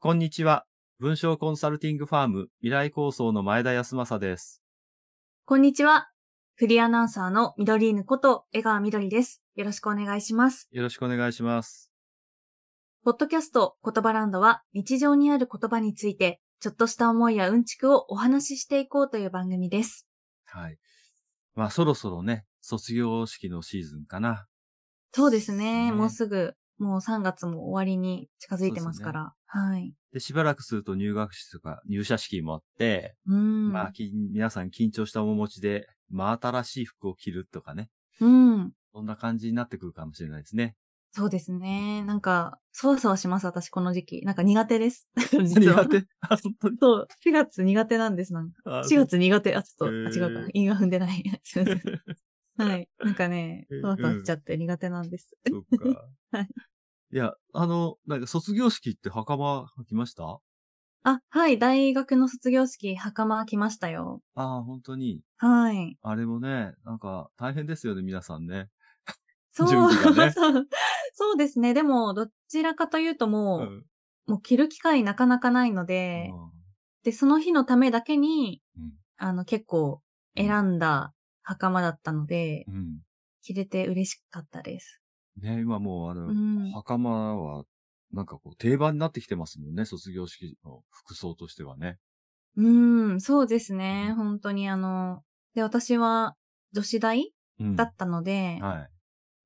こんにちは。文章コンサルティングファーム未来構想の前田康政です。こんにちは。フリーアナウンサーのミドリーヌこと江川みどりです。よろしくお願いします。よろしくお願いします。ポッドキャスト言葉ランドは日常にある言葉について、ちょっとした思いやうんちくをお話ししていこうという番組です。はい。まあそろそろね、卒業式のシーズンかな。そうですねね。もうすぐ、もう3月も終わりに近づいてますから。はい。で、しばらくすると入学式とか入社式もあって、うーん。まあき皆さん緊張した面持ちで、真新しい服を着るとかね。うん。そんな感じになってくるかもしれないですね。そうですね。なんか、そわそわします、私この時期。なんか苦手です。実は苦。手 あ、本当に そう、4月苦手なんです、なんかあ4月苦手。あ、ちょっと、あへー違うか。韻が踏んでない。 すいませんはい。なんかねうん、ふわふわしちゃって苦手なんです。 そっか。はい。いや、あの、なんか卒業式って袴来ましたああ、はい。大学の卒業式、袴来ましたよ。あ、本当に。はい。あれもね、なんか大変ですよね、皆さんね。そう、準備がね そう。そうですね。でも、どちらかというともう、うんもう着る機会なかなかないので、で、その日のためだけに、うんあの、結構選んだ袴だったので、うん。着れて嬉しかったです。ね、今もうあの、うん袴は、なんかこう定番になってきてますもんね、卒業式の服装としてはね。うーん、そうですね。うん本当にあの、で、私は女子大うん。だったので、はい。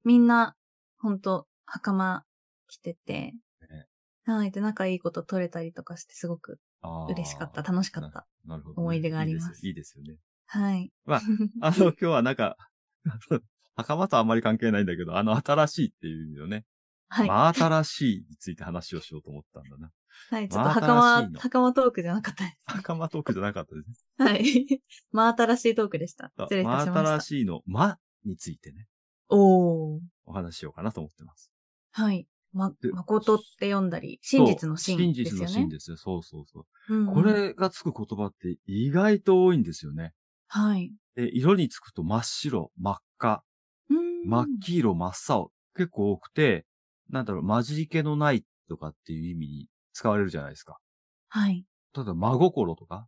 みんな、ほんと、袴着てて、ねはい。で、仲いいこと取れたりとかして、すごくあー嬉しかった。。楽しかった。なるほどね、思い出がありますいいですよいいですよね。はい。まああの、今日はなんか、 袴とあんまり関係ないんだけど、あの、新しいっていう意味のね、 はい。真新しいについて話をしようと思ったんだな。はい。ちょっと真袴新しい、の袴トークじゃなかったです。 袴トークじゃなかったですね。 はい。真新しいトークでした。失礼いた真しました新。しいの、まについてね、おー。お話ししようかなと思ってます。はい。ま、で誠って読んだり、真実の真そうです真実よね。の真ですよ。そうそうそう。うんうんこ。れがつく言葉って意外と多いんですよね。はい。で、色につくと真っ白、真っ赤、うーん真っ黄色、真っ青。結構多くて、なんだろう、混じり気のないとかっていう意味に使われるじゃないですか。はい。ただ、真心とか、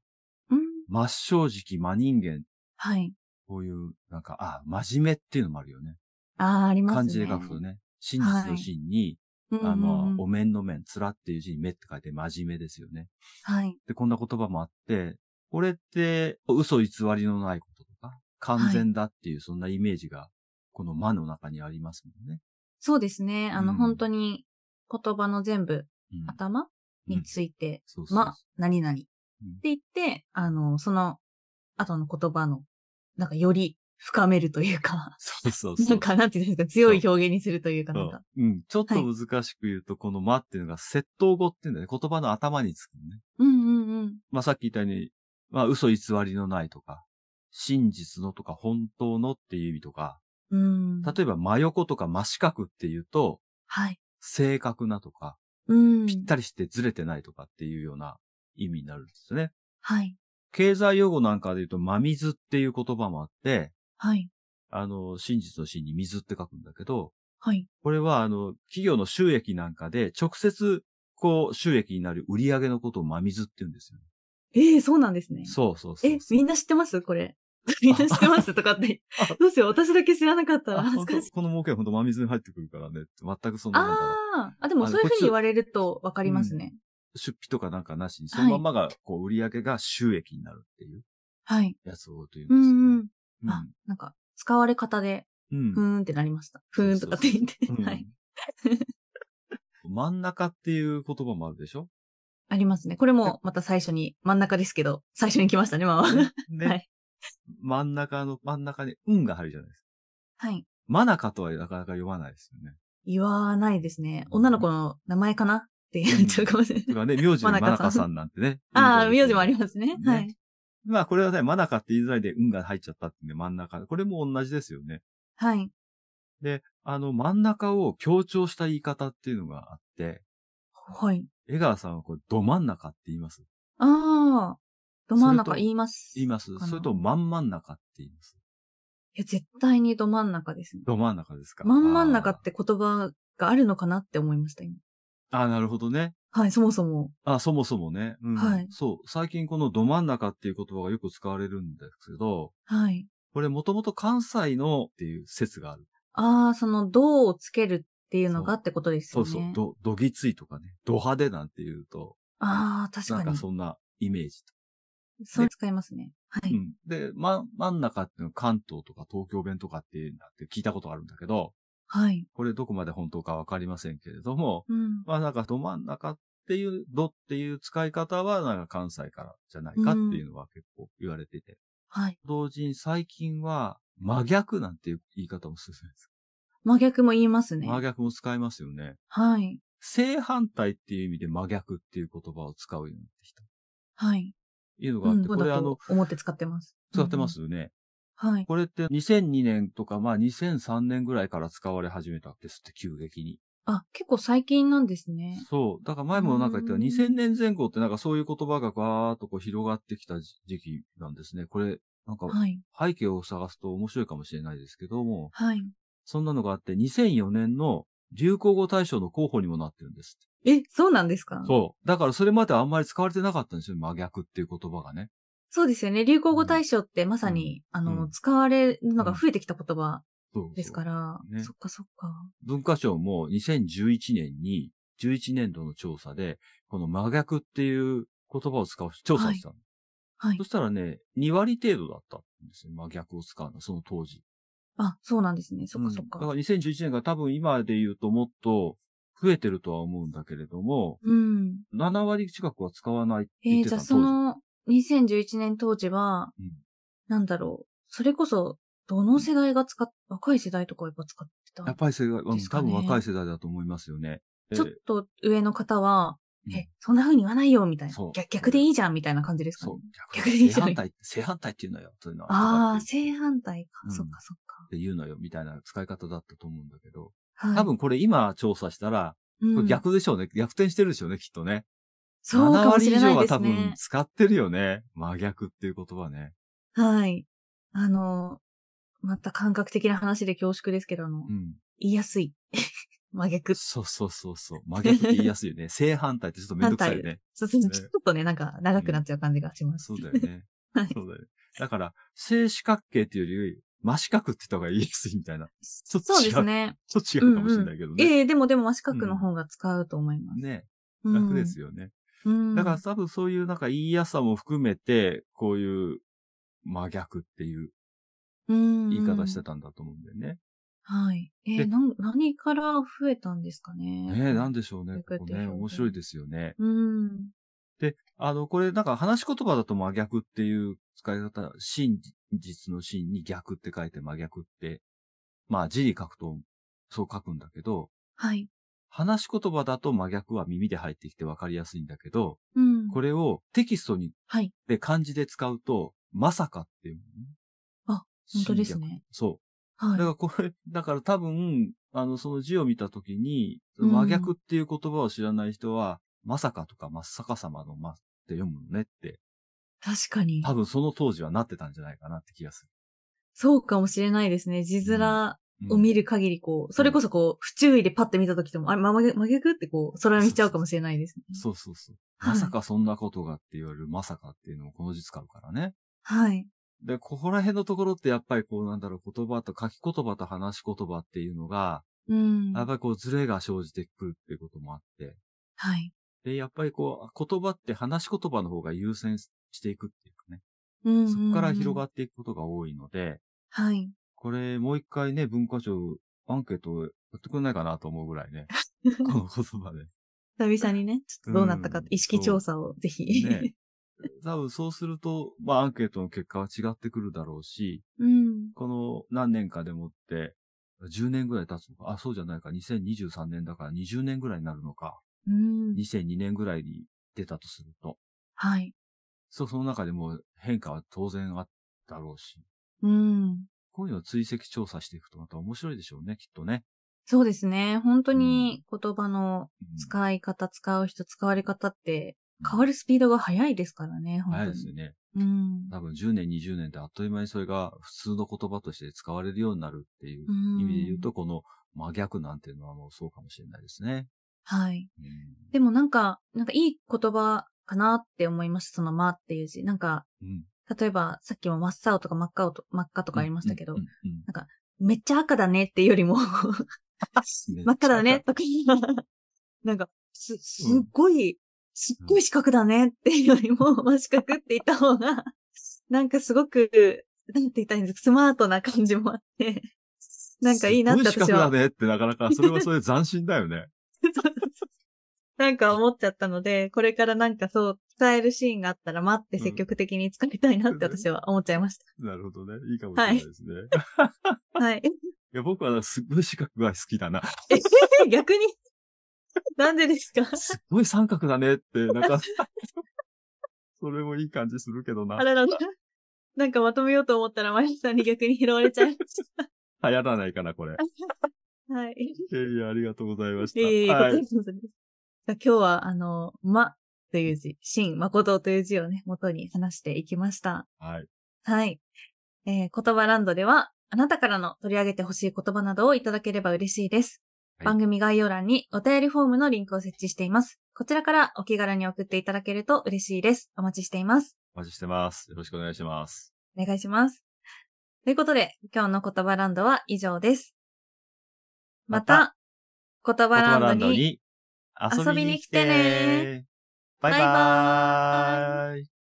うん。真っ正直、真人間、はい。こういう、なんか、あ、真面目っていうのもあるよね。ああ、ありますね。漢字で書くとね、真実の真に、うんうんうん。あの、お面の面、つらっていう字に目って書いて真面目ですよね。はい。で、こんな言葉もあって、これって嘘偽りのないこととか、完全だっていうそんなイメージが、この間の中にありますもんね。そうですね。あの、うん本当に言葉の全部、うん頭について、そうそうそうま、何々ってうん言って、あの、その後の言葉の、なんかより深めるというか、そうそうそう。なんかなんていうんですか、強い表現にするというかそなうんか。うん、ちょっと難しく言うと、この間っていうのが、窃盗語っていうんだよね。言葉の頭につくのね。うんうんうん。まあ、さっき言ったように、まあ、嘘偽りのないとか、真実のとか、本当のっていう意味とか、うん。例えば真横とか真四角っていうと、はい。正確なとか、うん。ぴったりしてずれてないとかっていうような意味になるんですよね。はい。経済用語なんかで言うと、真水っていう言葉もあって、はい。あの、真実の真に水って書くんだけど、はい。これはあの、企業の収益なんかで直接、こう、収益になる売り上げのことを真水って言うんですよね。ええそうなんですね。そうそうそうえ、みんな知ってます これ。みんな知ってますとかってあ。どうしよう、私だけ知らなかったらあ恥本ず当かしい。この儲けは本当真水に入ってくるからねって。全くその、なんだろうああ、あ、でもあのそういうふうこっちに言われるとわかりますね。出費とかなんかなしに、そのまんまが、こう、売り上げが収益になるっていうはい。やつをというんうですよね。んうん。あ、なんか、使われ方で、うん。ふーんってなりました。ふーんとかって言って。はい。うん真ん中っていう言葉もあるでしょありますね。これも、また最初に、真ん中ですけど、最初に来ましたね、まあ。ね、 はい真ん中の真ん中に運が入るじゃないですか。はい。真中とはなかなか読まないですよね。言わないですね。女の子の名前かなって言っちゃうかもしれとない。か ね、名字に真真中さん中さんなんてね。ああ、名字もありまますねね。はい。す。まあこれはね、真中って言いづらいで運が入っちゃったってね、真ん中。これも同じですよね。はい。あの、真ん中を強調した言い方っていうのがあって、はい。江川さんはこれ、ど真ん中って言いますああ、ど真んそれ中と言います。言いますかなそれとも真ん真ん中って言いますいや、絶対にど真ん中ですね。ど真ん中ですか真ん真ん中って言葉があるのかなって思いました、今。あーあー、なるほどね。はい、そもそも。あ、そもそもね。うんはいそう。最近このど真ん中っていう言葉がよく使われるんですけど、はい。これもともと関西のっていう説がある。ああ、その、銅をつけるっていうのがってことですそようね。そう。ど、どぎついとかね。ど派手なんて言うと、ああ、確なかんかに。そんなイメージと。それ使いますね。はうい。ん。で、ま、真ん中っていうのは関東とか東京弁とかっていうなって聞いたことあるんだけど、はい。これどこまで本当かわかりませんけれども、うん。まあなんかど真ん中っていう、どっていう使い方はなんか関西からじゃないかっていうのは結構言われてて。はい。同時に最近は真逆なんていう言い方もするじゃないですか。真逆も言いますね。真逆も使いますよね。はい。正反対っていう意味で真逆っていう言葉を使うようになってきた。はい。いうのがあうって、ん、そうこれだあのと、思って使ってます。使ってますうんよね。うん。はい。これって2002年とか、まあ2003年ぐらいから使われ始めたんですって、急激に。あ、結構最近なんですね。そう。だから前もなんか言ったうん2000年前後ってなんかそういう言葉がガーッとこう広がってきた時期なんですね。これ、なんかはい。背景を探すと面白いかもしれないですけども、はい。そんなのがあって2004年の流行語大賞の候補にもなってるんですって。え、そうなんですかう。そう。だからそれまであんまり使われてなかったんですよ。真逆っていう言葉がね。そうですよね。流行語大賞ってまさに、あの、うん使われるのが増えてきた言葉そうそうですから、ねそっかそっか。文化庁も2011年に、11年度の調査で、この真逆っていう言葉を使う人調査したの、はいそ。したらね、2割程度だったんですよ。真逆を使うの、その当時。あ、そうなんですね。そっうんかそっだかか。ら2011年が多分今で言うともっと増えてるとは思うんだけれども、うん。 7割近くは使わないってえ言っー、てじたゃのあその2011年当時は、うんなんだろう。それこそ、どの世代が使っ、若い世代とかやっぱ使ってたやっぱり世代、うんですか多ね分若い世代だと思いますよね。ちょっえーと上の方は、うんえ、そんな風に言わないよ、みたいなそう。逆逆でいいじゃん、みたいな感じですかそねう。。逆にいいじ正ゃない反対、正反対っていうのよ、というのは。ああ、とか正反対か。うんそっかそっか。っていうのよ、みたいな使い方だったと思うんだけど。はい、多分これ今調査したら、こうれん、逆でしょうね、逆転してるでしょうね、きっとね。そ7うかも割し以れな上いはで多す分ね。使ってるよね。真逆っていう言葉ね。はい。あの、また感覚的な話で恐縮ですけど、あの、うん。言いやすい。真逆。そそうそうそうそう。真逆って言いやすいよ ね。正反対ってちょっとめんどくさいよね。うそう ちょっとね、なんか長くなっちゃう感じがします。そうだよね。 はいそうだよね。だから、正四角形っていうより、真四角って言った方が言いやすいみたいな。ちょっと違うそうですね。ちょっと違うかもしれないけどね。ええでもでも真四角の方が使うと思います。ね。うん楽ですよね。うんだから多分そういうなんか言いやすさも含めて、こういう真逆っていううん言い方してたんだと思うんだよね。はい。えでー、なん、何から増えたんですかね。ねえ、なんでしょうね。逆ここっていうね、表現面白いですよね。うん。あの、これなんか話し言葉だと真逆っていう使い方、真実の真に逆って書いて真逆って、まあ字に書くとそう書くんだけど、はい。話し言葉だと真逆は耳で入ってきてわかりやすいんだけど、うん。これをテキストに、はい。で漢字で使うと、まさかっていうのね。あ、本当です真逆。ね。そう。はだかい。らこれ、だから多分、あの、その字を見たときに、うん真逆っていう言葉を知らない人は、まさかとかまっさかさまのまって読むのねって、確かに多。分その当時はなってたんじゃないかなって気がすそうかもしれないですね。字面る。を見る。る限り、こう、それこそこう、不注意でパッて見た時とも、あれ、ま真逆真逆ってこう、空読みしちゃうかもしれないですね。そうそうそう。はいまさかそんなことがって言われるまさかっていうのもこの字使うからね。はい。で、ここら辺のところってやっぱりこうなんだろう、言葉と、書き言葉と話し言葉っていうのが、うん。やっぱりこうズレが生じてくるっていうこともあって、はい。で、やっぱりこう、言葉って話し言葉の方が優先していくっていうかね。うん。そこから広がっっていくことが多いので、はい。これもう一回ね、文化庁アンケートやってくれないかなと思うぐらい ね。この言葉で。久々にね、ちょっとどうなったか、うん意識調査をぜひ。ね多分そうすると、まあアンケートの結果は違ってくるだろうし、 うん。この何年かでもって、10年ぐらい経つのか。あ、そうじゃないか。2023年だから20年ぐらいになるのか。うん。 2002年ぐらいに出たとすると。はい。そう、その中でもう変化は当然あったろうし。うん。こういうのを追跡調査していくとまた面白いでしょうね、きっとね。そうですね。本当に言葉のうん使い方、使う人、使われ方って変わるスピードが速いですからね、本当早に。いですよね。うん。多分10年、20年ってあっという間にそれが普通の言葉として使われるようになるっていううん意味で言うと、この真逆なんていうのはもうそうかもしれないですね。はい。うんでもなんか、なんかいい言葉かなって思いました。そのまっていう字。なんか、うん例えばさっきも真っ青とか真っ赤と真っ赤とかありましたけど、うんうんうんめっちゃ赤だねっていうよりも、真っ赤だね。とか、 なんか、す、すっごい、すっごい四角だねっていうよりも、まあ四角って言った方が、 なんかすごく、なんて言ったらいいんですか、スマートな感じもあって、なんかいいなってすご私四角はだ、ねってなかな か、それはそれで斬新だよね。なんか思っちゃったので、これからなんかそう、伝えるシーンがあったら待って積極的に使いたいなって私は思っちゃいましなるほどね。いいかもしれないです ね。い、た。はい。や、僕はすごい四角が好きだな。え逆に、なんでですかすごい三角だねって、なん か、それもいい感じするけどあな。ららら。なんかまとめようと思ったら、マリさんに逆に拾われちゃいまし流行らないかな、これ。た。は い。いやいや、ありがとうございました。いえいえ、はごい。存知です。 じゃあ今日は、あの、まという字、真、誠という字をね、元に話していきました。はい。はい。えー言葉ランドでは、あなたからの取り上げてほしい言葉などをいただければ嬉しいです。はい番組概要欄にお便りフォームのリンクを設置しています。こちらからお気軽に送っていただけると嬉しいです。お待ちしています。お待ちしてます。よろしくお願いします。お願いします。ということで、今日の言葉ランドは以上です。また、言葉ランド言に葉ランドに遊びに来てねバイババイーイ